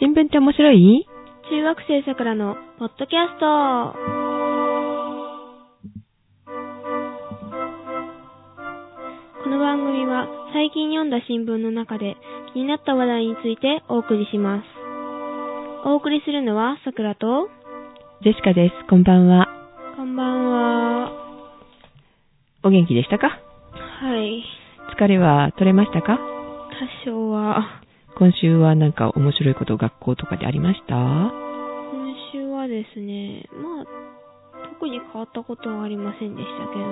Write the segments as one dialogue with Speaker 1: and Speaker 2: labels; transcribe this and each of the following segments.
Speaker 1: 新聞って面白い
Speaker 2: 中学生さくらのポッドキャスト。この番組は最近読んだ新聞の中で気になった話題についてお送りします。お送りするのはさくらと、
Speaker 1: ジェシカです。こんばんは。
Speaker 2: こんばんは。
Speaker 1: お元気でしたか
Speaker 2: はい。
Speaker 1: 疲れは取れましたか
Speaker 2: 多少は、
Speaker 1: 今週はなんか面白いこと学校とかでありました
Speaker 2: 今週はですね、まあ、特に変わったことはありませんでしたけど、
Speaker 1: う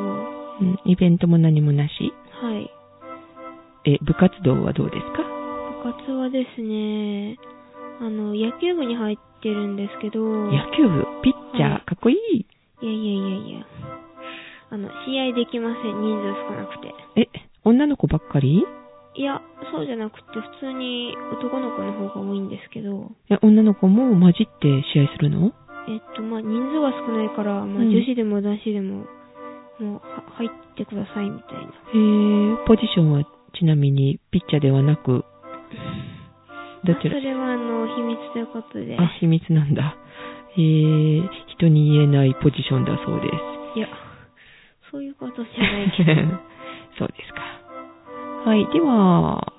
Speaker 1: ん、イベントも何もなし
Speaker 2: はい。
Speaker 1: え、部活動はどうですか
Speaker 2: 部活はですね、あの、野球部に入ってるんですけど、
Speaker 1: 野球部、ピッチャー、
Speaker 2: はい
Speaker 1: かっこいい。
Speaker 2: いやいやいやいや。あの、試合できません。人数少なくて。
Speaker 1: え、女の子ばっかり
Speaker 2: いや、そうじゃなくて、普通に男の子の方が多いんですけど、
Speaker 1: え、女の子も混じって試合するの
Speaker 2: えっと、まあ、人数が少ないから、まあ、
Speaker 1: うん
Speaker 2: 女子でも男子でも、もう、は入ってください、みたいな。
Speaker 1: へー、ポジションはちなみにピッチャーではなく、ど
Speaker 2: まあ
Speaker 1: ち
Speaker 2: そ
Speaker 1: ら
Speaker 2: れは、あの、秘密ということで。
Speaker 1: あ、秘密なんだ。へー、人に言えないポジションだそうです。
Speaker 2: いや、そういうことじゃない けど。
Speaker 1: そうですか。はい、では、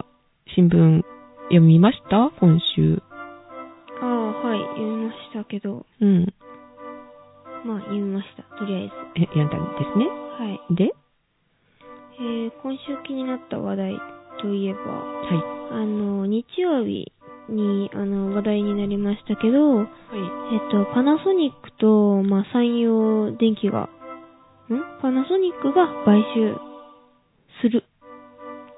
Speaker 1: 新聞読みました今週。
Speaker 2: ああ、はい、言いましたけど、
Speaker 1: うん。
Speaker 2: まあ、言いました。とりあえず。
Speaker 1: え、やんたんですね。
Speaker 2: はい。
Speaker 1: で、
Speaker 2: えー、今週気になった話題といえば、
Speaker 1: は
Speaker 2: あの、日曜日に、あの、話題になりましたけど、え
Speaker 1: い。はい。
Speaker 2: っと、パナソニックと、まあ、山陽電機が、んパナソニックが買収する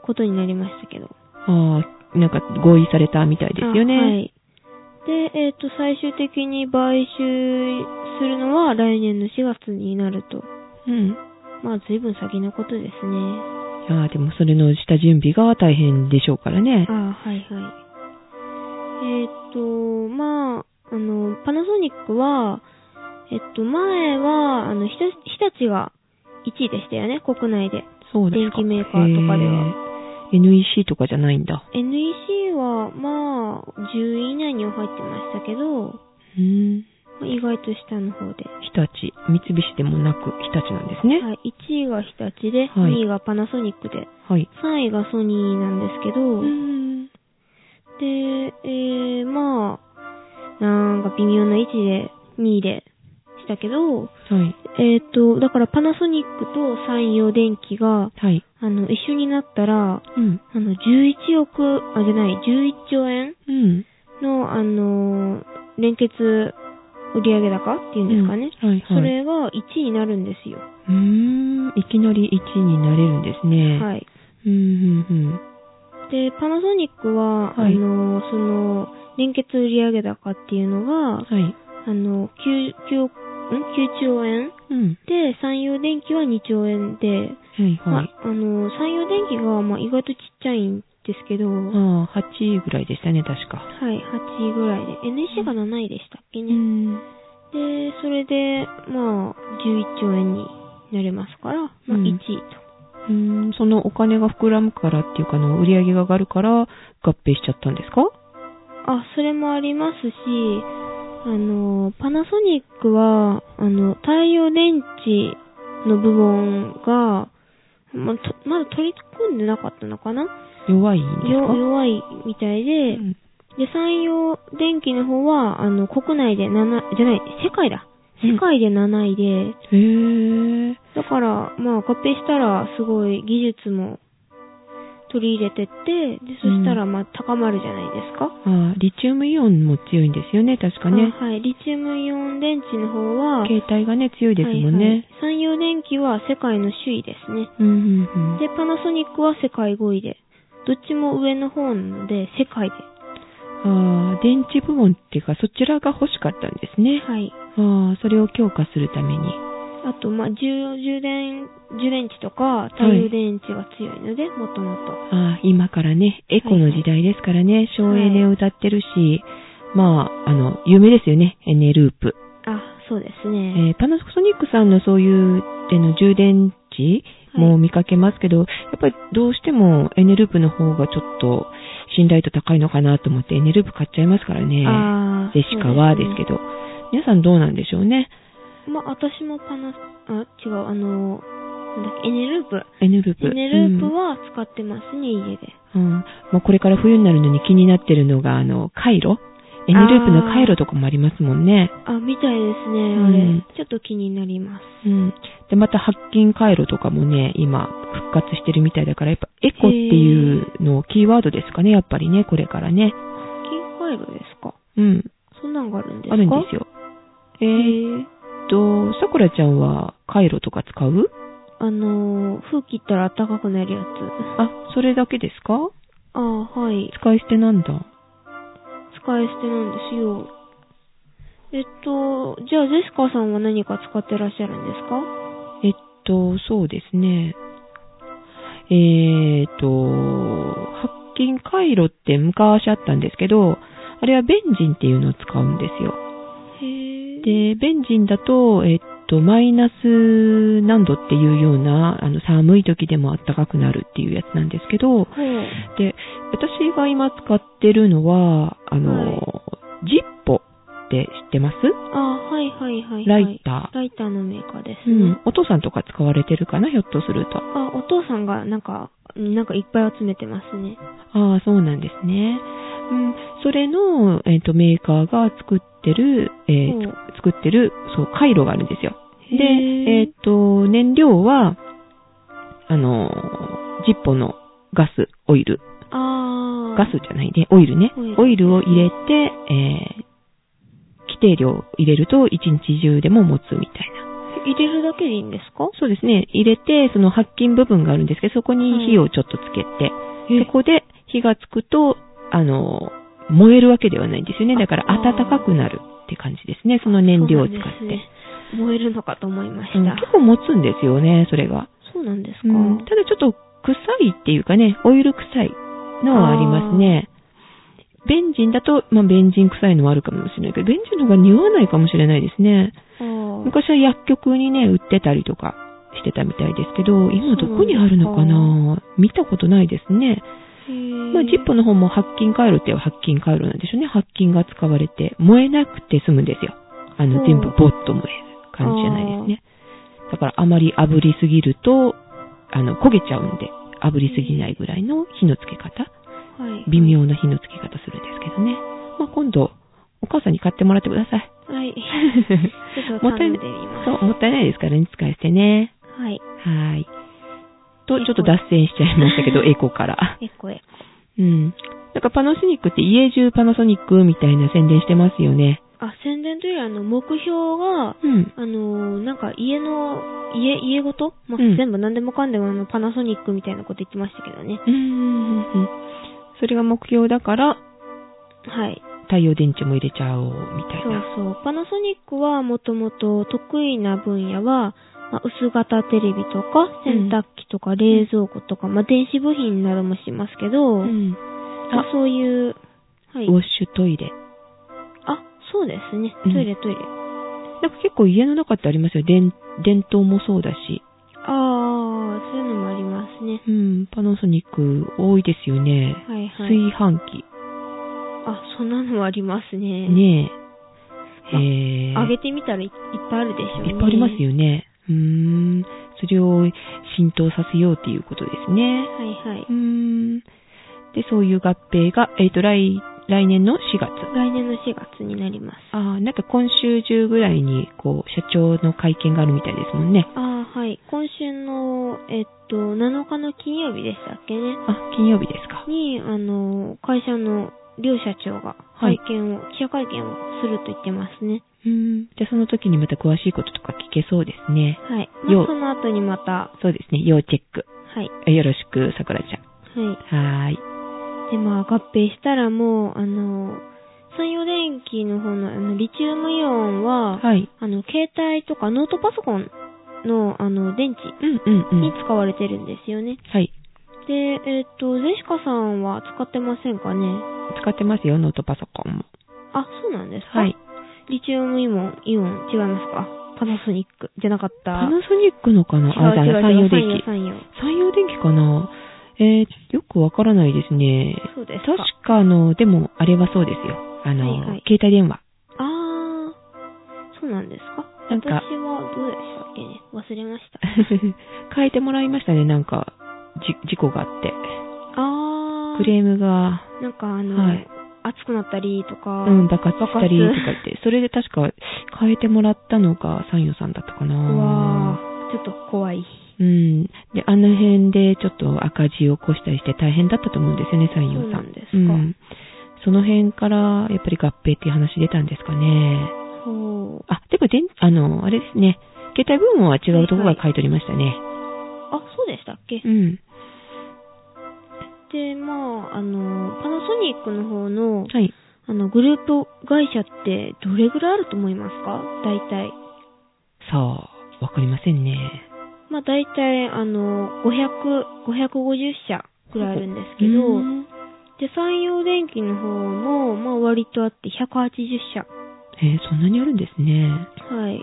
Speaker 2: ことになりましたけど。
Speaker 1: ああ、なんか合意されたみたいですよね。
Speaker 2: あはい。で、えっと、最終的に買収するのは来年の4月になると。
Speaker 1: うん。
Speaker 2: まあ、随分先のことですね。
Speaker 1: ああ、でもそれの下準備が大変でしょうからね。
Speaker 2: ああ、はいはい。えーっと、まあ、あの、パナソニックは、えっと、前は、あの、ひた日立が1位でしたよね、国内で。
Speaker 1: そうですか。
Speaker 2: 電機メーカーとかでは
Speaker 1: へー。NEC とかじゃないんだ。
Speaker 2: NEC は、まあ、10位以内には入ってましたけど、
Speaker 1: うん。
Speaker 2: まあ意外と下の方で。
Speaker 1: 日立、三菱でもなく日立なんですね。
Speaker 2: はい、1位が日立で、
Speaker 1: はい
Speaker 2: 2位がパナソニックで、
Speaker 1: はい。
Speaker 2: 3位がソニーなんですけ
Speaker 1: う
Speaker 2: ど、
Speaker 1: ん。
Speaker 2: で、えー、まあ、なんか微妙な位置で、2位でしたけど、
Speaker 1: はい。
Speaker 2: えっ、と、だからパナソニックと山陽電機が、
Speaker 1: はい。
Speaker 2: あの、一緒になったら、
Speaker 1: うん。
Speaker 2: あの、11億、あ、じゃない、11兆円
Speaker 1: うん。
Speaker 2: の、あのー連結売上高っていうんですかね。
Speaker 1: うんはいはい。
Speaker 2: それが1位になるんですよ。
Speaker 1: うーん、いきなり1位になれるんですね。
Speaker 2: はい。
Speaker 1: うん、うん、
Speaker 2: で、パナソニックは、
Speaker 1: はい
Speaker 2: あのーその、連結売上高っていうのが、
Speaker 1: うん。はい。
Speaker 2: あの、9、9、ん ?9 兆円
Speaker 1: うん。
Speaker 2: で、山陽電機は2兆円で、
Speaker 1: はい、
Speaker 2: ま
Speaker 1: はい。
Speaker 2: あ、あの、山陽電機が、まあ、意外とちっちゃいんですけど、はい、
Speaker 1: ああ、8位ぐらいでしたね、確か。
Speaker 2: 8位ぐらいで、NEC が7位でしたっけ
Speaker 1: う
Speaker 2: ね。
Speaker 1: ん。
Speaker 2: で、それで、まあ、11兆円になれますから、まあ、
Speaker 1: うん
Speaker 2: 1位と。
Speaker 1: うん、そのお金が膨らむからっていうかあの、売り上げが上がるから合併しちゃったんですか
Speaker 2: あ、それもありますし、あの、パナソニックは、あの、太陽電池の部分が、まあとまだ取り込んでなかったのかな
Speaker 1: 弱いんですか
Speaker 2: よ弱いみたいで、
Speaker 1: うん
Speaker 2: で、山陽電機の方は、あの、国内で7、じゃない、世界だ。
Speaker 1: うん
Speaker 2: 世界で7位で、
Speaker 1: へえ。
Speaker 2: だから、まあ、合併したら、すごい技術も取り入れてって、で、そしたら、まあ、高まるじゃないですか。
Speaker 1: ああ、リチウムイオンも強いんですよね、確かね。
Speaker 2: あはい。リチウムイオン電池の方は、
Speaker 1: 携帯がね、強いですもんね。
Speaker 2: はいはい山陽電機は世界の首位ですね。
Speaker 1: うん、うん、うん。
Speaker 2: で、パナソニックは世界5位で、どっちも上の方なので、世界で。
Speaker 1: ああ、電池部門っていうか、そちらが欲しかったんですね。
Speaker 2: はい。
Speaker 1: ああ、それを強化するために。
Speaker 2: あと、まあ、重充電、充電池とか、太陽電池が強いので、もともと。
Speaker 1: ああ今からね、エコの時代ですからね、省エネを歌ってるし、まあ、あの、有名ですよね、エネループ。
Speaker 2: あ、そうです
Speaker 1: え
Speaker 2: ね。
Speaker 1: ーパナソニックさんのそういう、あの、充電池
Speaker 2: は
Speaker 1: も
Speaker 2: い
Speaker 1: 見かけますけど、やっぱりどうしてもエネループの方がちょっと信頼度高いのかなと思ってエネループ買っちゃいますからね。
Speaker 2: あー
Speaker 1: ゼシカはですけど、皆さんどうなんでしょうね。
Speaker 2: ど。まあ、私もパナ、あ、違う、あの、なんだっけ、エネループ。
Speaker 1: エネループ。
Speaker 2: エネループは使ってますね、家で。
Speaker 1: うん、うんまあ、これから冬になるのに気になってるのが、あの、回路。エネループの回路とかもありますもんね。
Speaker 2: あ、みたいですね、あ
Speaker 1: う
Speaker 2: れ
Speaker 1: ん。
Speaker 2: ちょっと気になりま
Speaker 1: う
Speaker 2: す。
Speaker 1: ん。で、また発金回路とかもね、今復活してるみたいだから、やっぱエコっていうのをキーワードですかね、やっぱりね、これからね。
Speaker 2: 金回路ですか
Speaker 1: うん。
Speaker 2: そんなんがあるんですか
Speaker 1: あるんですよ。え
Speaker 2: へ
Speaker 1: ー、
Speaker 2: ー
Speaker 1: っと、さくらちゃんは回路とか使う
Speaker 2: あのー、風切ったら暖かくなるやつ。
Speaker 1: あ、それだけですか
Speaker 2: あー、はい。
Speaker 1: 使い捨てなんだ。
Speaker 2: 使い捨てなんですよ。えっと、じゃあ、ゼシカさんは何か使ってらっしゃるんですか
Speaker 1: えっと、そうですね。えーっと、発金回路って昔あったんですけど、あれはベンジンっていうのを使うんですよ。
Speaker 2: へ
Speaker 1: で、
Speaker 2: ー。
Speaker 1: ベンジンだと、えっと、マイナス何度っていうような、あの、寒い時でも暖かくなるっていうやつなんですけど、
Speaker 2: ほう。
Speaker 1: で、私が今使ってるのは、あの、ジッポって知ってます
Speaker 2: あー、はいはいはい、はい。
Speaker 1: ライター。
Speaker 2: ライターのメーカーです
Speaker 1: う
Speaker 2: ね。
Speaker 1: ん。お父さんとか使われてるかな、ひょっとすると。
Speaker 2: あ、お父さんがなんか、なんかいっぱい集めてますね。
Speaker 1: ああ、そうなんですね。うん。それの、えっ、と、メーカーが作ってる、えー
Speaker 2: うん
Speaker 1: つ作ってる、そう、回路があるんですよ。で、
Speaker 2: へー
Speaker 1: えっ、と、燃料は、あのー、ジッポのガス、オイル。
Speaker 2: あー。
Speaker 1: ガスじゃないね、オイルね
Speaker 2: オイ。ル
Speaker 1: オイルを入れて、えー、規定量入れると一日中でも持つみたいな。
Speaker 2: 入れるだけでいいんですか
Speaker 1: そうですね。入れて、その発菌部分があるんですけど、そこに火をちょっとつけて、
Speaker 2: え
Speaker 1: そこで火がつくと、あの、燃えるわけではないんですよね。だから
Speaker 2: あー
Speaker 1: 暖かくなるって感じですね。その燃料を使って
Speaker 2: そうなんです。ね燃えるのかと思いまし
Speaker 1: うん
Speaker 2: た。
Speaker 1: 結構持つんですよね、それが。
Speaker 2: そうなんですか、
Speaker 1: うんただちょっと臭いっていうかね、オイル臭いのはありますね。ベンジンだと、まあ、ベンジン臭いのはあるかもしれないけど、ベンジンの方が匂わないかもしれないですね。
Speaker 2: あー
Speaker 1: 昔は薬局にね、売ってたりとかしてたみたいですけど、今どこにあるのか
Speaker 2: そう
Speaker 1: な見たことないですね。
Speaker 2: へー
Speaker 1: まあ、ジッポの方も白金回路って言えば白金回路なんでしょうね。白金が使われて、燃えなくて済むんですよ。あ
Speaker 2: う
Speaker 1: の、
Speaker 2: ん
Speaker 1: 全部ボッと燃える感じじゃないですね。だからあまり炙りすぎると、あの、焦げちゃうんで、炙りすぎないぐらいの火のつけ方、
Speaker 2: はい、
Speaker 1: 微妙な火のつけ方するんですけどね。まあ、今度、お母さんに買ってもらってくださ い。
Speaker 2: はい。ちょっと
Speaker 1: もった
Speaker 2: 頼
Speaker 1: い
Speaker 2: ん
Speaker 1: な
Speaker 2: で
Speaker 1: い
Speaker 2: みます。
Speaker 1: そう、もったいないですからね、使い捨てね。
Speaker 2: はい。
Speaker 1: はーい。と、ちょっと脱線しちゃいましたけど、エコから。
Speaker 2: エコエ
Speaker 1: うん。なんかパナソニックって家中パナソニックみたいな宣伝してますよね。
Speaker 2: コ。あ、宣伝というより、あの、目標が、
Speaker 1: うん。
Speaker 2: あのー、なんか家の、家、家ごと、ま
Speaker 1: う
Speaker 2: あ
Speaker 1: ん
Speaker 2: 全部何でもかんでもあの、パナソニックみたいなこと言ってましたけどね。
Speaker 1: うん。それが目標だから、
Speaker 2: はい。
Speaker 1: 太陽電池も入れちゃおう、みたい
Speaker 2: そう
Speaker 1: な。
Speaker 2: そう。パナソニックはもともと得意な分野は、まあ、薄型テレビとか、洗濯機とか、冷蔵庫とか、まあ、電子部品などもしますけど、
Speaker 1: ん。
Speaker 2: まあ
Speaker 1: あ
Speaker 2: そういう、はい
Speaker 1: ウ。ォッシュトイレ。
Speaker 2: あ、そうですね。
Speaker 1: うん
Speaker 2: トイレ、トイレ。
Speaker 1: なんか結構家の中ってありますよ。電、電灯もそうだし。
Speaker 2: あー、そういうのもありますね。
Speaker 1: うん。パナソニック多いですよね。
Speaker 2: はいはい。
Speaker 1: 炊飯器。
Speaker 2: あ、そんなのありますね。
Speaker 1: ねえ。
Speaker 2: ま
Speaker 1: えー
Speaker 2: あげてみたらいいっぱいあるでしょうね。
Speaker 1: いっぱいあります。よね。うーん。それを浸透させようっていうことですね。。
Speaker 2: はいはいう
Speaker 1: ーん。で、そういう合併が、えっ、と、来、来年の4月。
Speaker 2: 来年の4月になります。
Speaker 1: ああ、なんか今週中ぐらいに、こう、社長の会見があるみたいですもんね。
Speaker 2: あー、はい。今週の、えっと、7日の金曜日でしたっけね。
Speaker 1: あ、金曜日ですか。
Speaker 2: に、あの、会社の両社長が
Speaker 1: は
Speaker 2: 会
Speaker 1: い
Speaker 2: 見を、記者会見をすると言ってますね。
Speaker 1: うーん。じゃあその時にまた詳しいこととか聞けそうですね。
Speaker 2: はい。ま
Speaker 1: よ
Speaker 2: あ、
Speaker 1: う
Speaker 2: その後にまた、
Speaker 1: そうですね。要チェック。
Speaker 2: はい。
Speaker 1: えよろしく、さくらち
Speaker 2: はい。
Speaker 1: ゃん。はーい。
Speaker 2: で、まあ、合併したらもう、あの、三洋電機の方の、あの、リチウムイオンは、
Speaker 1: はい。
Speaker 2: あの、携帯とかノートパソコンの、あの、電池
Speaker 1: うんうんう
Speaker 2: に
Speaker 1: ん。
Speaker 2: 使われてるんですよね。
Speaker 1: はい。
Speaker 2: で、えっ、と、ゼシカさんは使ってませんかね
Speaker 1: 使ってますよ、ノートパソコンも。
Speaker 2: あ、そうなんですか
Speaker 1: はい。。
Speaker 2: リチウムイオン、イオン、違いますかパナソニックじゃなかった。
Speaker 1: パナソニックのかなあ、
Speaker 2: 違う
Speaker 1: だ、
Speaker 2: 違
Speaker 1: 三
Speaker 2: う違
Speaker 1: 洋
Speaker 2: う、
Speaker 1: 電機。
Speaker 2: 三洋。
Speaker 1: 三洋電機かなえー、よくわからないですね。
Speaker 2: そうですか。
Speaker 1: 確かあの、でも、あれはそうですよ。あの、
Speaker 2: はいはい
Speaker 1: 携帯電話。
Speaker 2: あー、そうなんですか
Speaker 1: なんか
Speaker 2: 私はどうでしたっけね忘れました。
Speaker 1: 変えてもらいましたね、なんか、じ、事故があって。
Speaker 2: あー、
Speaker 1: クレームが、
Speaker 2: なんかあの、
Speaker 1: はい
Speaker 2: 熱くなったりとか、
Speaker 1: うん、爆発したりと
Speaker 2: 爆発
Speaker 1: か言って、それで確か変えてもらったのが三葉さんだったかな。
Speaker 2: うわー、ちょっと怖い。
Speaker 1: うん。で、あの辺でちょっと赤字を起こしたりして大変だったと思うんですよね、三
Speaker 2: そう
Speaker 1: 葉
Speaker 2: な
Speaker 1: さ
Speaker 2: ん
Speaker 1: ん。
Speaker 2: です
Speaker 1: う
Speaker 2: か。
Speaker 1: ん。その辺から、やっぱり合併っていう話出たんですかね。
Speaker 2: そう。
Speaker 1: あ、でもでん、あの、あれですね。携帯部門は違うところが書いておりましたね。
Speaker 2: あ、そうでしたっけ、
Speaker 1: うん。
Speaker 2: で、まあ、あの、パナソニックの方の、
Speaker 1: はい。
Speaker 2: あの、グループ会社ってどれぐらいあると思いますか大体。
Speaker 1: さあ、わかりませんね。
Speaker 2: まあ、大体、あの、500、550社ぐらいあるんですけど、
Speaker 1: うん
Speaker 2: で、山陽電機の方も、まあ、割とあって180社。
Speaker 1: えーそんなにあるんですね。
Speaker 2: はい。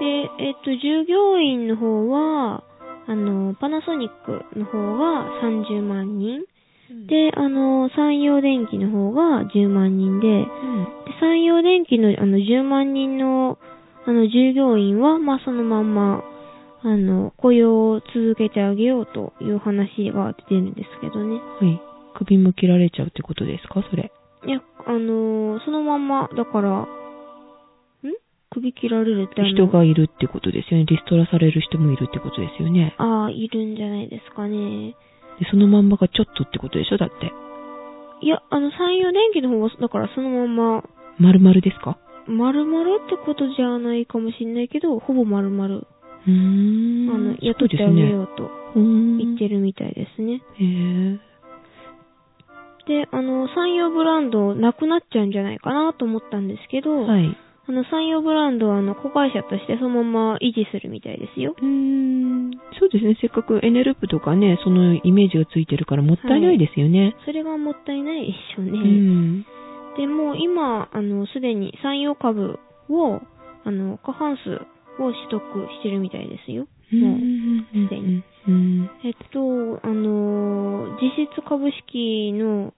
Speaker 2: で、えっと、従業員の方は、あの、パナソニックの方が30万人。で、あの、山陽電機の方が10万人で、で
Speaker 1: うん、
Speaker 2: 山陽電機のあの10万人の、あの、従業員は、まあ、そのまんま、あの、雇用を続けてあげようという話が出てるんですけどね。
Speaker 1: はい。首も切られちゃうってことですかそれ。
Speaker 2: いや、あのそのまんま、だから、ん首切られるってあの
Speaker 1: 人がいるってことですよね。リストラされる人もいるってことですよね。
Speaker 2: ああ、いるんじゃないですかね。
Speaker 1: でそのまんまがちょっとってことでしょだって。
Speaker 2: いや、あの、山陽電機の方は、だからそのまんま、
Speaker 1: 丸々ですか
Speaker 2: 丸々ってことじゃないかもしんないけど、ほぼ丸々、
Speaker 1: うー
Speaker 2: あ
Speaker 1: ん。
Speaker 2: の、
Speaker 1: そ
Speaker 2: 雇
Speaker 1: う
Speaker 2: っ
Speaker 1: で
Speaker 2: て
Speaker 1: す
Speaker 2: あげ
Speaker 1: ね。
Speaker 2: ようと
Speaker 1: うーん。
Speaker 2: 言ってるみたいですね。
Speaker 1: へー
Speaker 2: で、あの、山陽ブランドなくなっちゃうんじゃないかなと思ったんですけど、
Speaker 1: はい。
Speaker 2: あの、山陽ブランドは、あの、子会社としてそのまま維持するみたいですよ。
Speaker 1: うーん。そうですね。せっかくエネループとかね、そのイメージがついてるからもったいないですよね。
Speaker 2: それがもったいないでしょうね。
Speaker 1: うん。
Speaker 2: でもう今、あの、すでに山陽株を、あの、過半数を取得してるみたいですよ。もうすでに
Speaker 1: うん。
Speaker 2: えっと、あの、実質株式の、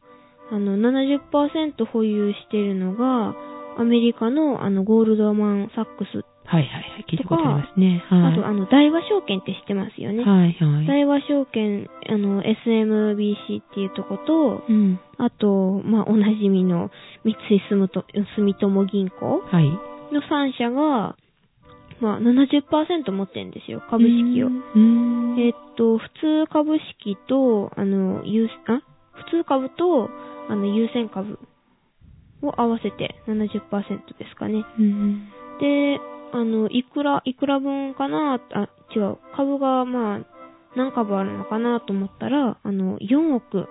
Speaker 2: あの、70%保有してるのが、アメリカの、あの、ゴールドマンサックス、
Speaker 1: はいはいはい。聞いたことありますね。はい。
Speaker 2: あと、あの、大和証券って知ってますよね。
Speaker 1: はいはい。
Speaker 2: 大和証券、あの、SMBC っていうとこと、
Speaker 1: うん。
Speaker 2: あと、まあ、おなじみの三井住と住友銀行
Speaker 1: はい。
Speaker 2: の3社が、まあ、70%持ってるんですよ、株式を
Speaker 1: う。ん。
Speaker 2: えっと、普通株式と、あの、優、あ普通株と、あの、優先株を合わせて70%ですかね。
Speaker 1: うん。
Speaker 2: で、あの、いくら、いくら分かな、あ、違う、株が、まあ、何株あるのかなと思ったら、あの、4億、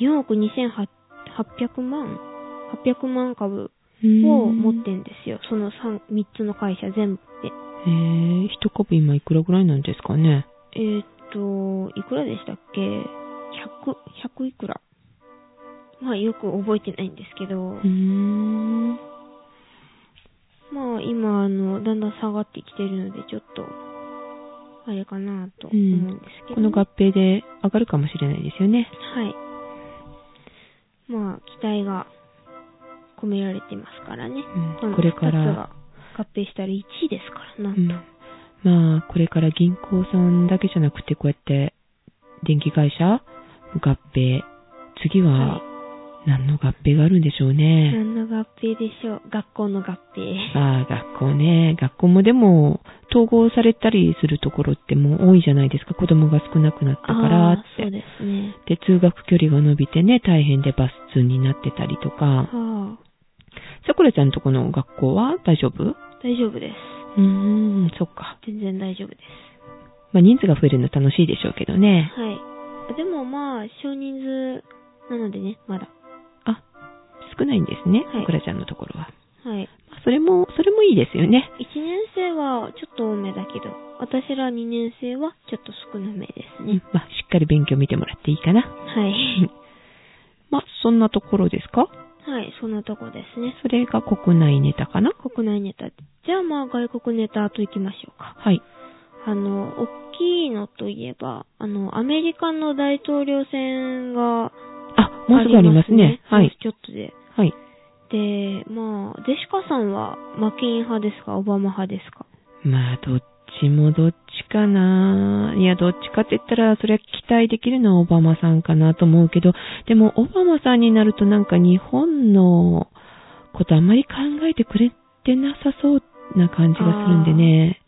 Speaker 2: 4億2800万、800万株を持ってんですよ。その3、3つの会社全部で。
Speaker 1: えー、一株今いくらぐらいなんですかね
Speaker 2: えーっと、いくらでしたっけ ?100、100いくら。まあよく覚えてないんですけど、
Speaker 1: ーん。
Speaker 2: まあ今、あの、だんだん下がってきてるので、ちょっと、あれかなと思うんですけど、
Speaker 1: この合併で上がるかもしれないですよね。
Speaker 2: はい。まあ、期待が込められてますからね。
Speaker 1: うん、これか
Speaker 2: 2
Speaker 1: ら
Speaker 2: つが、合併したら1位ですから、なん
Speaker 1: うん
Speaker 2: と。
Speaker 1: まあ、これから銀行さんだけじゃなくて、こうやって、電気会社合併。次
Speaker 2: は
Speaker 1: は、何の合併があるんでしょうね。
Speaker 2: 何の合併でしょう学校の合併。
Speaker 1: ああ、学校ね。学校もでも、統合されたりするところってもう多いじゃないですか。子供が少なくなったから
Speaker 2: あ
Speaker 1: っ
Speaker 2: ーそ
Speaker 1: て。
Speaker 2: うですね。
Speaker 1: で、通学距離が伸びてね、大変でバス通になってたりとか。
Speaker 2: はあ。
Speaker 1: さくらちゃんとこの学校は大丈夫う
Speaker 2: 大丈夫です。
Speaker 1: ーん、そっか。
Speaker 2: 全然大丈夫です。
Speaker 1: まあ、人数が増えるの楽しいでしょうけどね。
Speaker 2: はい。でもまあ、少人数なのでね、まだ。
Speaker 1: あ、少ないんですね
Speaker 2: は。い
Speaker 1: さくらちゃんのところは。
Speaker 2: はい。
Speaker 1: まあそれも、それもいいですよね。
Speaker 2: 1年生はちょっと多めだけど、私ら2年生はちょっと少なめです
Speaker 1: うん
Speaker 2: ね。
Speaker 1: まあ、しっかり勉強見てもらっていいかな。
Speaker 2: はい。
Speaker 1: まあ、そんなところですか
Speaker 2: はい、そんなとこですね。
Speaker 1: それが国内ネタかな
Speaker 2: 国内ネタ。じゃあまあ、外国ネタと行きましょうか。
Speaker 1: はい。
Speaker 2: あの、大きしいのといえば、あの、アメリカの大統領選が
Speaker 1: あ、もうすぐありますね。
Speaker 2: あ
Speaker 1: は
Speaker 2: りま
Speaker 1: い。
Speaker 2: すちょっとで。
Speaker 1: はい。
Speaker 2: で、まあ、デシカさんはマケイン派ですか、オバマ派ですか。
Speaker 1: まあ、どっちもどっちかな。いや、どっちかって言ったら、それは期待できるのはオバマさんかなと思うけど、でも、オバマさんになるとなんか日本のことあんまり考えてくれてなさそうな感じがするんでね。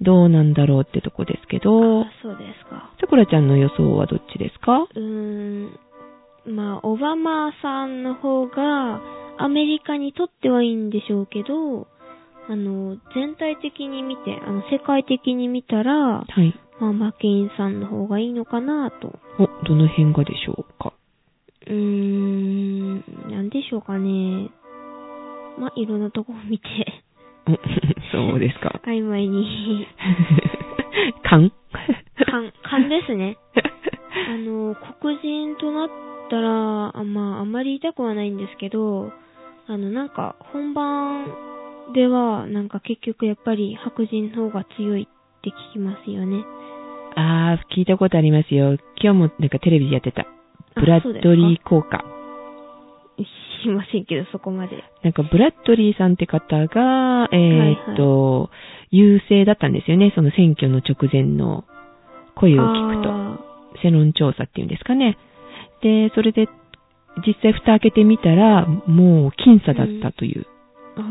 Speaker 1: どうなんだろうってとこですけど
Speaker 2: あ、そうですか。
Speaker 1: さくらちゃんの予想はどっちですか
Speaker 2: うーん、まあ、オバマさんの方が、アメリカにとってはいいんでしょうけど、あの、全体的に見て、あの、世界的に見たら、
Speaker 1: はい。
Speaker 2: まあ、マケインさんの方がいいのかなと。
Speaker 1: お、どの辺がでしょうか
Speaker 2: うーん、なんでしょうかね。まあ、いろんなとこを見て、
Speaker 1: おそうですか。
Speaker 2: 曖昧に。
Speaker 1: 勘
Speaker 2: 勘、 勘ですね。あの、黒人となったら、あまあ、あまり痛くはないんですけど、あの、なんか、本番では、なんか結局やっぱり白人の方が強いって聞きますよね。
Speaker 1: あー、聞いたことありますよ。今日もなんかテレビでやってた。
Speaker 2: あ
Speaker 1: ブラッ
Speaker 2: そうですか
Speaker 1: ドリー効果。
Speaker 2: 知りませんけど、そこまで。
Speaker 1: なんかブラッドリーさんって方が、え
Speaker 2: はい
Speaker 1: ーっと、優勢だったんですよね。その選挙の直前の声を聞くと。
Speaker 2: あ
Speaker 1: 世論調査っていうんですかね。で、それで、実際蓋開けてみたら、もう僅差だったという、
Speaker 2: ー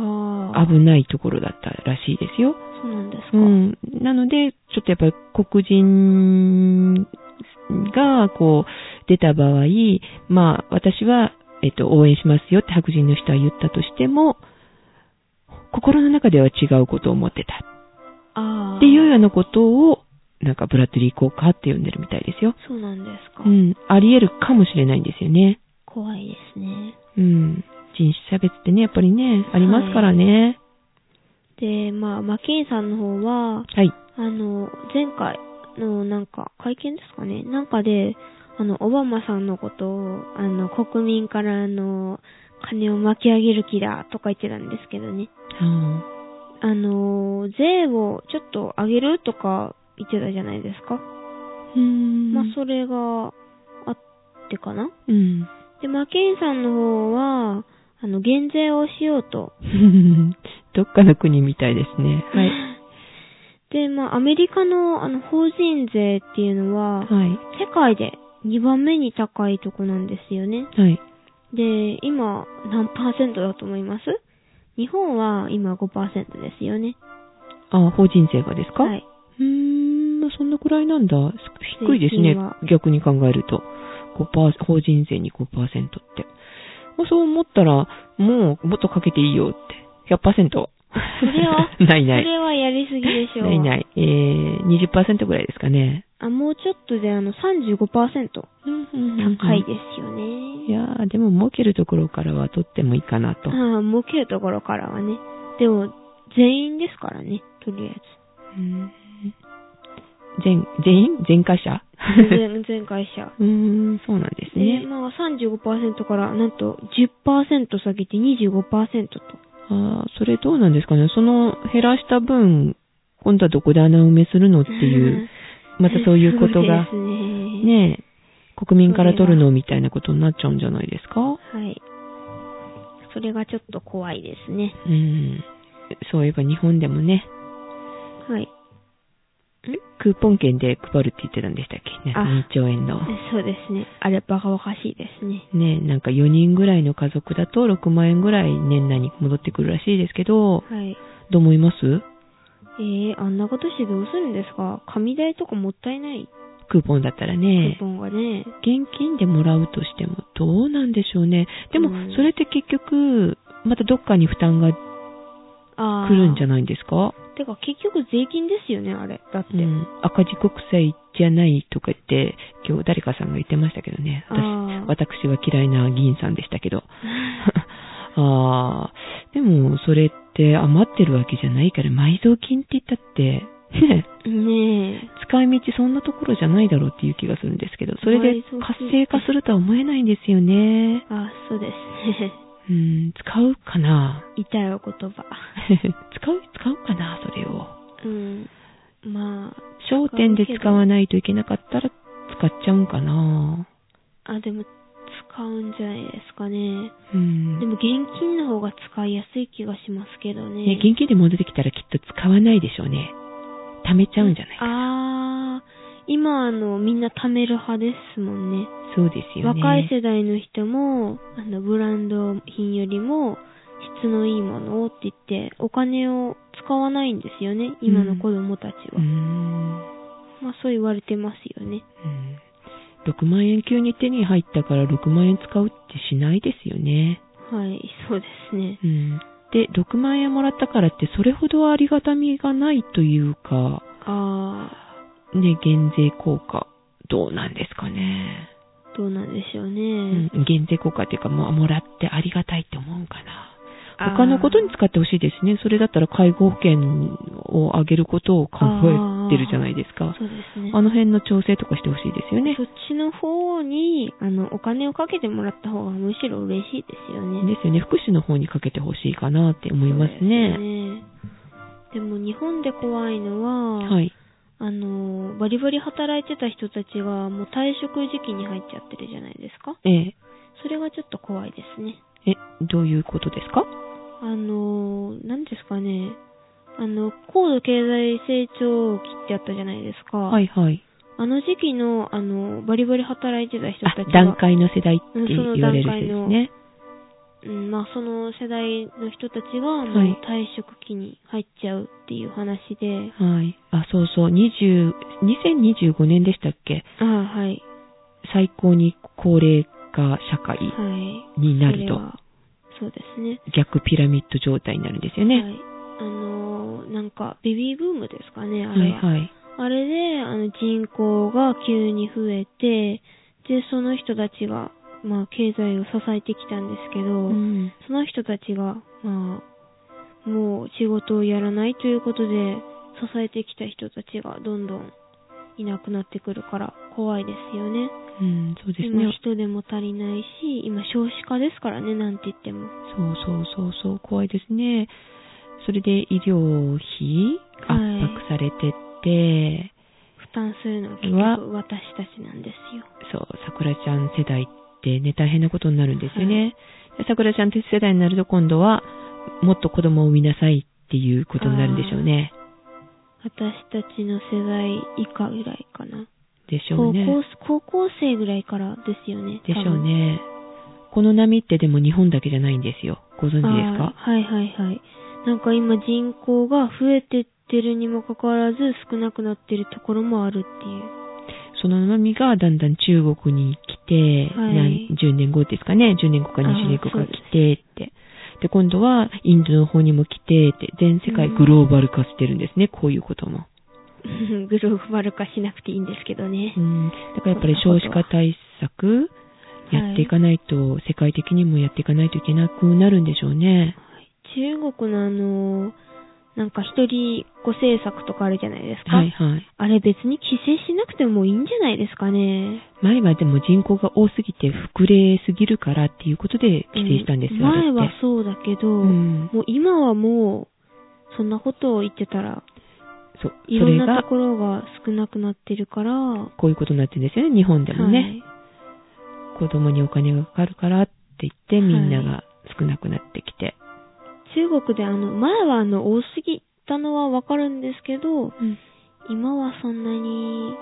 Speaker 2: あー。
Speaker 1: 危ないところだったらしいですよ。
Speaker 2: そうなんです
Speaker 1: う
Speaker 2: か。
Speaker 1: ん。なので、ちょっとやっぱり黒人が、こう、出た場合、まあ、私は、えっと、応援しますよって白人の人は言ったとしても、心の中では違うことを思ってた。
Speaker 2: ああ。
Speaker 1: っていうようなことを、なんか、ブラッドリー効果って呼んでるみたいですよ。
Speaker 2: そうなんですか。
Speaker 1: うん。あり得るかもしれないんですよね。
Speaker 2: 怖いですね。
Speaker 1: うん。人種差別ってね、やっぱりね、ありますからね。
Speaker 2: で、まあ、マケインさんの方は、
Speaker 1: はい。
Speaker 2: あの、前回のなんか、会見ですかねなんかで、あの、オバマさんのことを、あの、国民からあの、金を巻き上げる気だとか言ってたんですけどね。
Speaker 1: うん
Speaker 2: あの、税をちょっと上げるとか言ってたじゃないですか。
Speaker 1: うん
Speaker 2: まあ、それがあってかな
Speaker 1: うん。
Speaker 2: で、マケインさんの方は、あの、減税をしようと。
Speaker 1: どっかの国みたいですね。はい。
Speaker 2: で、まあ、アメリカの、あの、法人税っていうのは、
Speaker 1: はい。
Speaker 2: 世界で2番目に高いとこなんですよね。
Speaker 1: はい。
Speaker 2: で、今何パーセントだと思います日本は今5%ですよね。
Speaker 1: あ、法人税がですか、
Speaker 2: はい。
Speaker 1: うーん、まあそんなくらいなんだ。す低いです
Speaker 2: 税
Speaker 1: ね
Speaker 2: 金は。
Speaker 1: 逆に考えると。5%法人税に5%って。まあ、そう思ったら、もう、もっとかけていいよって。100%。
Speaker 2: それは
Speaker 1: ない
Speaker 2: そ
Speaker 1: ない。
Speaker 2: れはやりすぎでしょう。
Speaker 1: ないない。えー、20%ぐらいですかね。
Speaker 2: あ、もうちょっとであの35%高いですよ
Speaker 1: い
Speaker 2: ね。
Speaker 1: やー、でも儲けるところからは取ってもいいかなと。
Speaker 2: ああ、儲けるところからはね。でも、全員ですからね、とりあ
Speaker 1: うん全、全員全会 社
Speaker 2: えず。 全全会社。
Speaker 1: うーん、そうなんです
Speaker 2: で、
Speaker 1: ね。
Speaker 2: まあ35%からなんと10%下げて25%と。
Speaker 1: あーそれどうなんですかね。その減らした分、今度はどこで穴埋めするのっていう、またそういうことが
Speaker 2: そ、うですね。
Speaker 1: ねえ、国民から取るのみたいなことになっちゃうんじゃないですか
Speaker 2: はい。それがちょっと怖いですね。
Speaker 1: うん。そういえば日本でもね、
Speaker 2: はい。
Speaker 1: クーポン券で配るって言ってたんでしたっけね。
Speaker 2: あ
Speaker 1: 2兆円の。
Speaker 2: そうですね。あれ、バカバカしいですね。
Speaker 1: ねえ、なんか4人ぐらいの家族だと6万円ぐらい年内に戻ってくるらしいですけど、
Speaker 2: はい。
Speaker 1: どう思います
Speaker 2: えー、あんなことしてどうするんですか紙代とかもったいない
Speaker 1: クーポンだったら
Speaker 2: ク
Speaker 1: ね
Speaker 2: ー。ポンがね。
Speaker 1: 現金でもらうとしてもどうなんでしょうね。でも
Speaker 2: うん、
Speaker 1: それって結局、またどっかに負担が
Speaker 2: ああ。
Speaker 1: 来るんじゃ
Speaker 2: な
Speaker 1: ないんですか
Speaker 2: てか、結局税金ですよね、あれ。だって。
Speaker 1: うん。赤字国債じゃないとか言って、今日誰かさんが言ってましたけどね。
Speaker 2: あー
Speaker 1: 私、私は嫌いな議員さんでしたけ ど。ああ、でも、それって余ってるわけじゃないから、埋蔵金って言ったって、ね、
Speaker 2: ねえ。
Speaker 1: 使い道そんなところじゃないだろうっていう気がするんですけど、それで
Speaker 2: 埋蔵金
Speaker 1: 活性化するとは思えないんですよね。
Speaker 2: あーそうですね。
Speaker 1: うん、使うかな
Speaker 2: 痛いお言葉。
Speaker 1: 使う、使うかなそれを。
Speaker 2: うん。まあ、
Speaker 1: 商店で使わないといけなかったら使っちゃうんかな
Speaker 2: あ、でも、使うんじゃないですかね。
Speaker 1: うん。
Speaker 2: でも、現金の方が使いやすい気がしますけどね。
Speaker 1: ね、現金で戻ってきたらきっと使わないでしょうね。貯めちゃうんじゃないか。
Speaker 2: あー、今、あの、みんな貯める派ですもんね。
Speaker 1: そうですよね。
Speaker 2: 若い世代の人も、あの、ブランド品よりも、質のいいものをって言って、お金を使わないんですよね、今の子供たちは。
Speaker 1: うん。
Speaker 2: まあ、そう言われてますよね。
Speaker 1: うん6万円急に手に入ったから6万円使うってしないですよね。
Speaker 2: はい、そうですね。
Speaker 1: うん。で、6万円もらったからってそれほどありがたみがないというか、
Speaker 2: あ
Speaker 1: ね、減税効果、どうなんですかね。
Speaker 2: ー、どうなんでしょうね。
Speaker 1: うん、減税効果っていうか、まあ、もらってありがたいって思うかな。他のことに使ってほしいですね。それだったら介護保険を上げることを考えてるじゃないです
Speaker 2: あ
Speaker 1: か
Speaker 2: ー。そうですね。
Speaker 1: あの辺の調整とかしてほしいですよね
Speaker 2: そ。っちの方に、あの、お金をかけてもらった方がむしろ嬉しいですよね。
Speaker 1: ですよね。福祉の方にかけてほしいかなって思います
Speaker 2: そうです
Speaker 1: ね。
Speaker 2: ねでも日本で怖いのは、
Speaker 1: はい。
Speaker 2: あの、バリバリ働いてた人たちがもう退職時期に入っちゃってるじゃないですか。
Speaker 1: ええ、
Speaker 2: それがちょっと怖いですね。
Speaker 1: え、どういうことですか
Speaker 2: あの、何ですかね。あの、高度経済成長期ってあったじゃないですか。
Speaker 1: はいはい。
Speaker 2: あの時期の、あの、バリバリ働いてた人
Speaker 1: あ
Speaker 2: たち、が、
Speaker 1: 段階の世代って言われる人ですね。
Speaker 2: うん、まあその世代の人たちがもう
Speaker 1: はい
Speaker 2: 退職期に入っちゃうっていう話で、
Speaker 1: はい。あ、そうそう。20、2025年でしたっけ
Speaker 2: ああ、はい、
Speaker 1: 最高に高齢化社会
Speaker 2: はい。
Speaker 1: になる
Speaker 2: それ
Speaker 1: と、
Speaker 2: はそうですね。
Speaker 1: 逆ピラミッド状態になるんですよ
Speaker 2: は
Speaker 1: ね。
Speaker 2: い。あのーなんか、ベビーブームですかね、あ
Speaker 1: は
Speaker 2: れ
Speaker 1: い
Speaker 2: は。
Speaker 1: はい。
Speaker 2: あれで、あの、人口が急に増えて、で、その人たちが、まあ、経済を支えてきたんですけど、
Speaker 1: うん
Speaker 2: その人たちが、まあ、もう仕事をやらないということで、支えてきた人たちがどんどんいなくなってくるから怖いですよね。
Speaker 1: うん、そうです
Speaker 2: 今
Speaker 1: ね。
Speaker 2: 人手も足りないし、今少子化ですからね、なんて言っても。
Speaker 1: そうそうそうそう、怖いですね。それで医療費圧
Speaker 2: はい
Speaker 1: 迫されてって、
Speaker 2: 負担するのは結
Speaker 1: は
Speaker 2: 局私たちなんですよ。
Speaker 1: そう、桜ちゃん世代ってね、大変なことになるんですよね。で桜ちゃんって世代になると今度は、もっと子供を産みなさいっていうことになるんでしょうね。
Speaker 2: 私たちの世代以下ぐらいかな。
Speaker 1: でしょ
Speaker 2: 高
Speaker 1: うね。
Speaker 2: 校高校生ぐらいからですよね。
Speaker 1: でしょうね。この波ってでも日本だけじゃないんですよ。ご存知
Speaker 2: 多分。
Speaker 1: です
Speaker 2: あ
Speaker 1: か
Speaker 2: ーはいはいはい。なんか今人口が増えてってるにもかかわらず少なくなってるところもあるっていう。
Speaker 1: その波がだんだん中国に来て、
Speaker 2: はい
Speaker 1: 何十年後ですかね、10年後か
Speaker 2: あー
Speaker 1: 20年後か来てって。で、今度はインドの方にも来てって、全世界グローバル化してるんですね、こういうことも。
Speaker 2: グローバル化しなくていいんですけどね
Speaker 1: う。ん。だからやっぱり少子化対策、やっていかないと、世界的にもやっていかないといけなくなるんでしょうね。
Speaker 2: 中国のあのー、なんか一人子政策とかあるじゃないですか。
Speaker 1: はいはい。
Speaker 2: あれ別に規制しなくてもいいんじゃないですかね。
Speaker 1: 前はでも人口が多すぎて膨れすぎるからっていうことで規制したんですよ、
Speaker 2: う前
Speaker 1: あれ
Speaker 2: は
Speaker 1: って
Speaker 2: そうだけど、
Speaker 1: うん
Speaker 2: もう今はもう、そんなことを言ってたら、
Speaker 1: そう。そ
Speaker 2: いろん
Speaker 1: れ
Speaker 2: な
Speaker 1: が
Speaker 2: と、ころが少なくなってるから、は
Speaker 1: こういうことになってるんですよね、日本でもね。
Speaker 2: い、
Speaker 1: 子供にお金がかかるからって言ってみんな
Speaker 2: は
Speaker 1: が少なくなってきて。
Speaker 2: 中国であの、前はあの、多すぎたのはわかるんですけど、今はそんなに、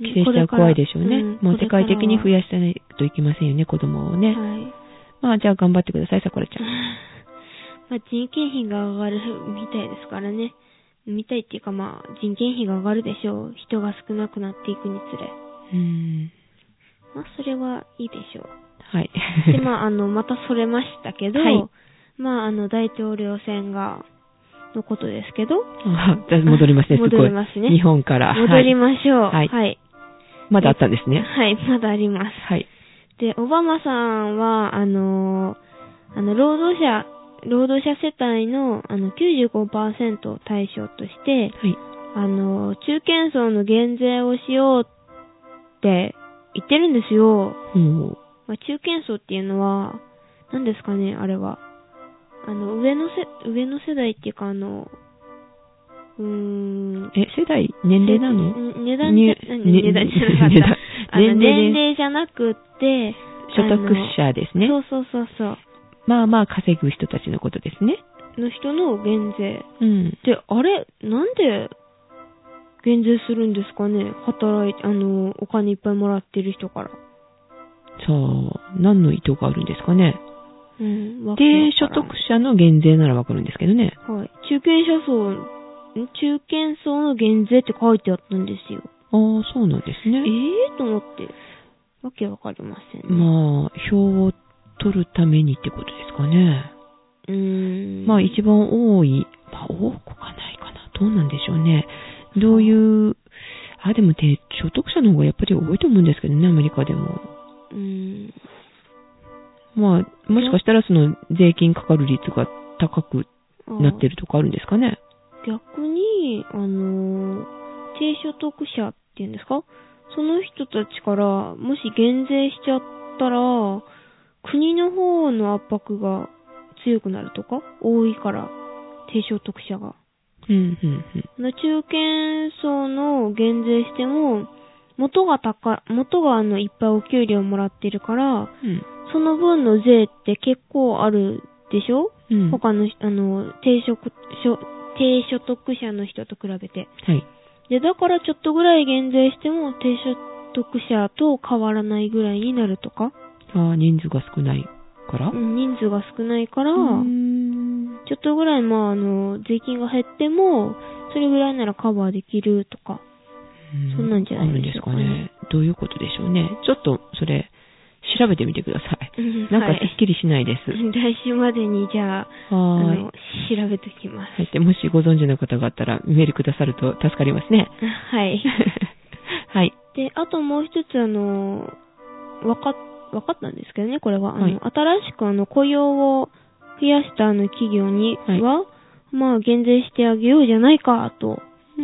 Speaker 1: 規制したら怖いでしょうね。もう世界的に増
Speaker 2: え
Speaker 1: やさないといけませんよね、子供をね。
Speaker 2: はい。
Speaker 1: まあじゃあ頑張ってください、さくらちゃん。
Speaker 2: まあ、人件費が上がるみたいですからね。みたいっていうかまあ、人件費が上がるでしょう。人が少なくなっていくにつれ。
Speaker 1: うん。
Speaker 2: まあ、それはいいでしょう。
Speaker 1: はい。
Speaker 2: で、まあ、あの、またそれましたけど、
Speaker 1: はい
Speaker 2: まあ、あの、大統領選が、のことですけど、
Speaker 1: あじゃあ戻りますね、すごい。
Speaker 2: 戻りますね
Speaker 1: 日本から。
Speaker 2: 戻り
Speaker 1: はい、
Speaker 2: ましょう。
Speaker 1: はい
Speaker 2: はい。
Speaker 1: まだあったんですね。
Speaker 2: はい、まだあります。
Speaker 1: はい。
Speaker 2: で、オバマさんは、あのーあの、労働者、労働者世帯の、あの、95%を対象として、
Speaker 1: はい。
Speaker 2: あのー中堅層の減税をしようって言ってるんですよ。
Speaker 1: もう、
Speaker 2: まあ、中堅層っていうのは、何ですかね、あれは。あの、上のせ、上の世代っていうか、あの、うーん。
Speaker 1: え、世代、年齢なの
Speaker 2: ん値段じゃ
Speaker 1: ね、
Speaker 2: 何
Speaker 1: ね
Speaker 2: 値段じゃなかっ
Speaker 1: 値段
Speaker 2: た。あの
Speaker 1: 年齢
Speaker 2: 年齢じゃなくって、
Speaker 1: 所得者ですね
Speaker 2: そ。うそうそうそう。
Speaker 1: まあまあ稼ぐ人たちのことですね。
Speaker 2: の人の減税。
Speaker 1: うん。
Speaker 2: で、あれ、なんで減税するんですかね働いて、あの、お金いっぱいもらってる人から。
Speaker 1: さあ、何の意図があるんですかね。
Speaker 2: うん。わけわ
Speaker 1: 低所
Speaker 2: からん
Speaker 1: 得者の減税ならわかるんですけどね。
Speaker 2: はい。中堅者層、ん中堅層の減税って書いてあったんですよ。
Speaker 1: ああ、そうなんです
Speaker 2: え
Speaker 1: ね。
Speaker 2: えと思って。わけわかりませんね。
Speaker 1: まあ、票を取るためにってことですかね。
Speaker 2: うーん。
Speaker 1: まあ一番多い、まあ多くかないかな。どうなんでしょうね。どういう、あ、でも低所得者の方がやっぱり多いと思うんですけどね、アメリカでも。
Speaker 2: うーん。
Speaker 1: まあ、もしかしたらその税金かかる率が高く
Speaker 2: あー
Speaker 1: なってるとかあるんですかね。
Speaker 2: 逆に、あのー低所得者っていうんですかその人たちから、もし減税しちゃったら、国の方の圧迫が強くなるとか多いから、低所得者が。
Speaker 1: うん、うん、うん。
Speaker 2: の中堅層の減税しても、元が高い、元があの、いっぱいお給料もらってるから、
Speaker 1: うん
Speaker 2: その分の税って結構あるでしょ、
Speaker 1: うん。
Speaker 2: 他の人、あの、低所得、所低所得者の人と比べて。
Speaker 1: はい。
Speaker 2: で、だからちょっとぐらい減税しても低所得者と変わらないぐらいになるとか、
Speaker 1: ああ、人数が少ないから。
Speaker 2: うん人数が少ないから、
Speaker 1: うーん
Speaker 2: ちょっとぐらい、まあ、あの、税金が減っても、それぐらいならカバーできるとか。そんなんじゃないでしょうかね
Speaker 1: あるんですかね。どういうことでしょうね。ちょっと、それ、調べてみてください。なんか
Speaker 2: は
Speaker 1: すっ
Speaker 2: い
Speaker 1: きりしない です。
Speaker 2: 来週までにじゃあ、あ
Speaker 1: はーい
Speaker 2: の、。調べときま
Speaker 1: はい。で、もしご存知の方があったら、メールくださると助かります ね。
Speaker 2: す。 はい。
Speaker 1: はい。
Speaker 2: で、あともう一つ、あの、わか、わかったんですけどね、これは。あの、
Speaker 1: はい
Speaker 2: 新しくあの、雇用を増やしたあの企業に
Speaker 1: はい
Speaker 2: は、まあ、減税してあげようじゃないか、と。こ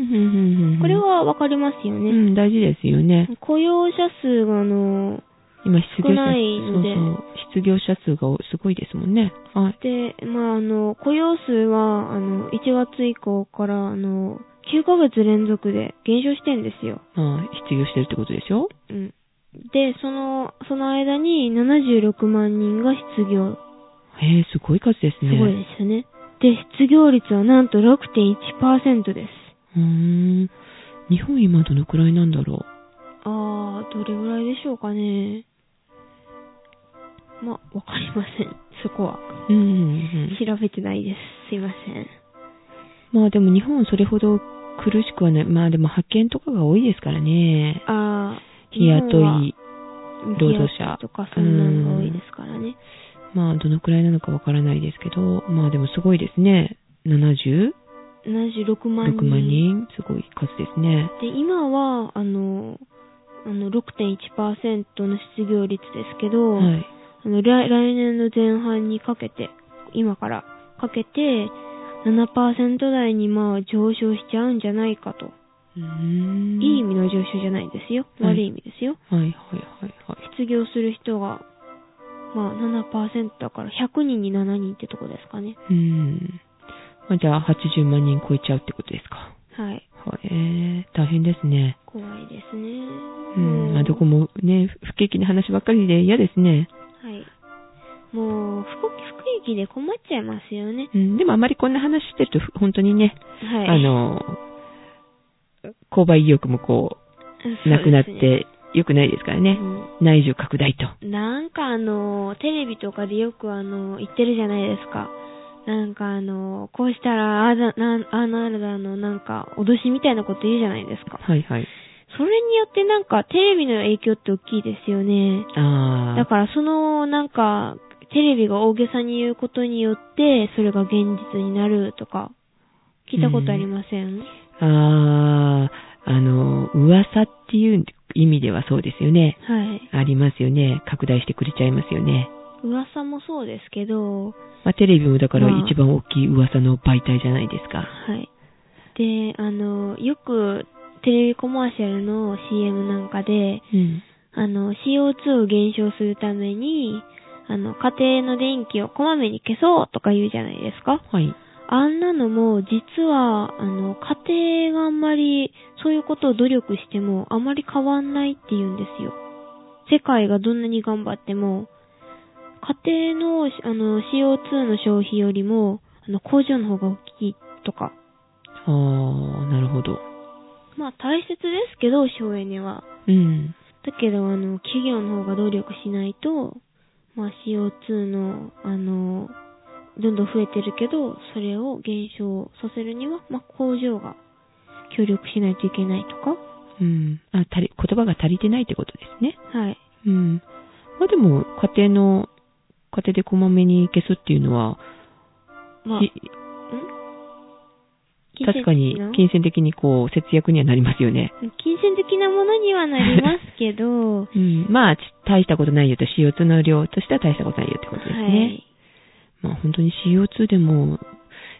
Speaker 1: こ
Speaker 2: れ、はわかりますよ
Speaker 1: う
Speaker 2: ね。
Speaker 1: ん、大事ですよね。
Speaker 2: 雇用者数が、あの、
Speaker 1: 今、失業
Speaker 2: 少
Speaker 1: 者
Speaker 2: ない
Speaker 1: そう
Speaker 2: ので
Speaker 1: そう。失業者数がすごいですもんね。はい。
Speaker 2: で、まあ、あの、雇用数は、あの、1月以降から、あの、9ヶ月連続で減少してんですよ。
Speaker 1: はい失業してるってことでしょ
Speaker 2: うん。で、その、その間に76万人が失業。
Speaker 1: へえ、すごい数です
Speaker 2: す
Speaker 1: ね。
Speaker 2: ごいですよね。で、失業率はなんと6.1%です。
Speaker 1: うーん。日本今どのくらいなんだろ
Speaker 2: あー、どれぐらいでしょうかね。まあ、わかりません。そこは。
Speaker 1: う。うんうん
Speaker 2: 調べてないです。すいません。
Speaker 1: うん。まあでも日本それほど苦しくはない。まあでも派遣とかが多いですからね。
Speaker 2: あー、
Speaker 1: 日雇い。
Speaker 2: 日本は
Speaker 1: 労働者
Speaker 2: とかそんなのが多いですからね。
Speaker 1: まあどのくらいなのかわからないですけど、まあでもすごいですね。76
Speaker 2: 76万人。
Speaker 1: 万人すごい数ですね。
Speaker 2: で、今は、あの、あの、6.1%の失業率ですけど、
Speaker 1: はい。
Speaker 2: あの来、来年の前半にかけて、今からかけて、7%台にまあ上昇しちゃうんじゃないかと。
Speaker 1: うーん
Speaker 2: いい意味の上昇じゃないですよ。
Speaker 1: はい
Speaker 2: 悪い意味ですよ。
Speaker 1: はいはいはいはい。
Speaker 2: 失業する人が、まあ7%だから100人に7人ってとこですかね。
Speaker 1: うん。まあじゃあ80万人超えちゃうってことですか。
Speaker 2: はい。
Speaker 1: はい。えー、大変ですね。
Speaker 2: 怖いですね。
Speaker 1: うん。まあどこ
Speaker 2: も
Speaker 1: もね、不景気な話ばっかりで嫌ですね。
Speaker 2: う。はい。もう、不景気で困っちゃいますよね。
Speaker 1: うん、でもあまりこんな話してると、ふ本当にね、
Speaker 2: はい。
Speaker 1: あの、購買意欲もこう、なくなっ
Speaker 2: そうで
Speaker 1: て、良くないですから
Speaker 2: すね
Speaker 1: ね。内需拡大と。
Speaker 2: うんなんかあの、テレビとかでよくあの、言ってるじゃないですか。なんかあの、こうしたら、ああだ、なん、ああなるだの、なんか、脅しみたいなこと言うじゃないですか。
Speaker 1: はいはい。
Speaker 2: それによってなんか、テレビの影響って大きいですよね。
Speaker 1: あ
Speaker 2: だからその、なんか、テレビが大げさに言うことによって、それが現実になるとか、聞いたことありません、
Speaker 1: あ、ああ、あの、噂っていう意味ではそうですよね。
Speaker 2: はい。
Speaker 1: ありますよね。拡大してくれちゃいますよね。
Speaker 2: 噂もそうですけど、
Speaker 1: まあ、テレビもだから
Speaker 2: まあ
Speaker 1: 一番大きい噂の媒体じゃないですか。
Speaker 2: はい。で、あの、よくテレビコマーシャルの CM なんかで、
Speaker 1: うん。
Speaker 2: あの、CO2 を減少するために、あの、家庭の電気をこまめに消そうとか言うじゃないですか。
Speaker 1: はい。
Speaker 2: あんなのも実は、あの、家庭があんまりそういうことを努力してもあまり変わんないって言うんですよ。世界がどんなに頑張っても、家庭のあの CO2 の消費よりも、あの、工場の方が大きいとか。
Speaker 1: ああ、なるほど。
Speaker 2: まあ大切ですけど、省エネは。
Speaker 1: うん。
Speaker 2: だけど、あの、企業の方が努力しないと、まあ CO2 の、あの、どんどん増えてるけど、それを減少させるには、まあ工場が協力しないといけないとか。
Speaker 1: うん。あ、足り、言葉が足りてないってことですね。
Speaker 2: はい。
Speaker 1: うん。まあでも、家庭の、家庭でこまめに消すっていうのは、
Speaker 2: まあ、
Speaker 1: し確かに金銭的にこう、節約にはなりますよね。
Speaker 2: 金銭的なものにはなりますけど、 は
Speaker 1: うん。まあ、ち大したことないよと、CO2 の量としては大したことないよってことですね。
Speaker 2: い。
Speaker 1: まあ本当に CO2 でも、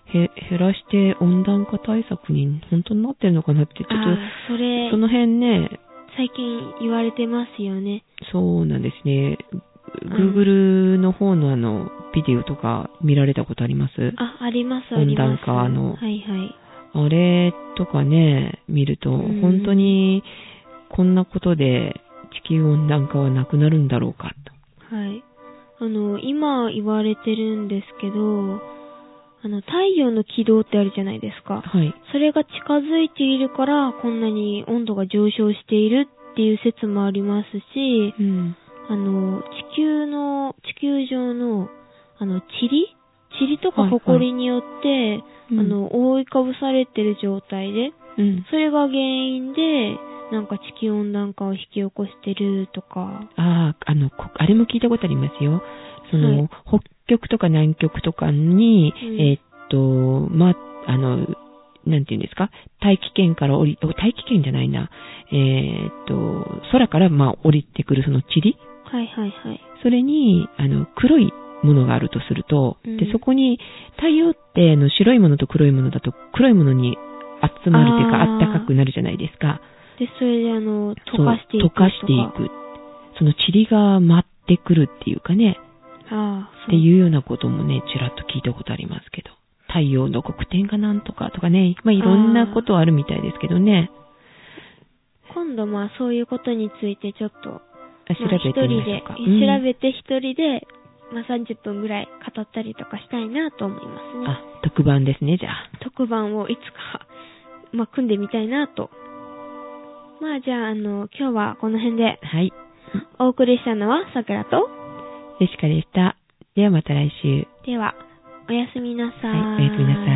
Speaker 1: へ、減らして温暖化対策に本当になってるのかなって、ちょっ
Speaker 2: あーそ
Speaker 1: と、
Speaker 2: れ
Speaker 1: そ、の辺ね、
Speaker 2: 最近言われてますよね。
Speaker 1: そうなんですね。
Speaker 2: う
Speaker 1: Google の方のあの、ビデオとか見られたことあります
Speaker 2: あ、あります、あります。
Speaker 1: 温暖化の
Speaker 2: はいはい。
Speaker 1: あれとかね、見ると、
Speaker 2: うん
Speaker 1: 本当にこんなことで地球温暖化はなくなるんだろうか
Speaker 2: はい。あの、今言われてるんですけど、あの、太陽の軌道ってあるじゃないです
Speaker 1: と。
Speaker 2: か。
Speaker 1: はい。
Speaker 2: それが近づいているから、こんなに温度が上昇しているっていう説もありますし、
Speaker 1: うん。
Speaker 2: あの、地球の、地球上の、あの、塵塵とか
Speaker 1: はいはい
Speaker 2: 埃によって、
Speaker 1: うん
Speaker 2: あの、覆いかぶされてる状態で、
Speaker 1: うん。
Speaker 2: それが原因で、なんか地球温暖化を引き起こしてるとか、
Speaker 1: ああ、あの、こあれも聞いたことありますよ。その、
Speaker 2: はい
Speaker 1: 北極とか南極とかに、
Speaker 2: うん
Speaker 1: えーっと、ま、あの、なんていうんですか大気圏から降り、お大気圏じゃないな。えーっと、空からまあ降りてくるその塵
Speaker 2: はいはいはい。
Speaker 1: それに、あの、黒いものがあるとすると、
Speaker 2: うん
Speaker 1: で、そこに、太陽って、あの、白いものと黒いものだと、黒いものに集まるというか、
Speaker 2: あ
Speaker 1: あ
Speaker 2: ー
Speaker 1: ったかくなるじゃないですか。
Speaker 2: で、それであの、
Speaker 1: そう
Speaker 2: 溶かしてい
Speaker 1: 溶
Speaker 2: くとか。
Speaker 1: かしていく。その塵が舞ってくるっていうかね、
Speaker 2: ああ、
Speaker 1: って
Speaker 2: う。
Speaker 1: いうようなこともね、ちらっと聞いたことありますけど。太陽の黒点がなんとかとかね、まあ、いろんなことあるみたいですけどね。
Speaker 2: 今度まあそういうことについてちょっと、
Speaker 1: あ調べてみましょうか。
Speaker 2: まあ一人で、
Speaker 1: うん
Speaker 2: 調べて一人で、まあ30分ぐらい語ったりとかしたいなと思いますね。
Speaker 1: あ、特番ですね、じゃあ。
Speaker 2: 特番をいつか、 まあ組んでみたいなと。まあじゃああの、今日はこの辺で
Speaker 1: はい。
Speaker 2: お送りしたのは桜と、
Speaker 1: ジェシカでした。ではまた来週。
Speaker 2: では、おやすみなさーい。
Speaker 1: はい、おやすみなさい。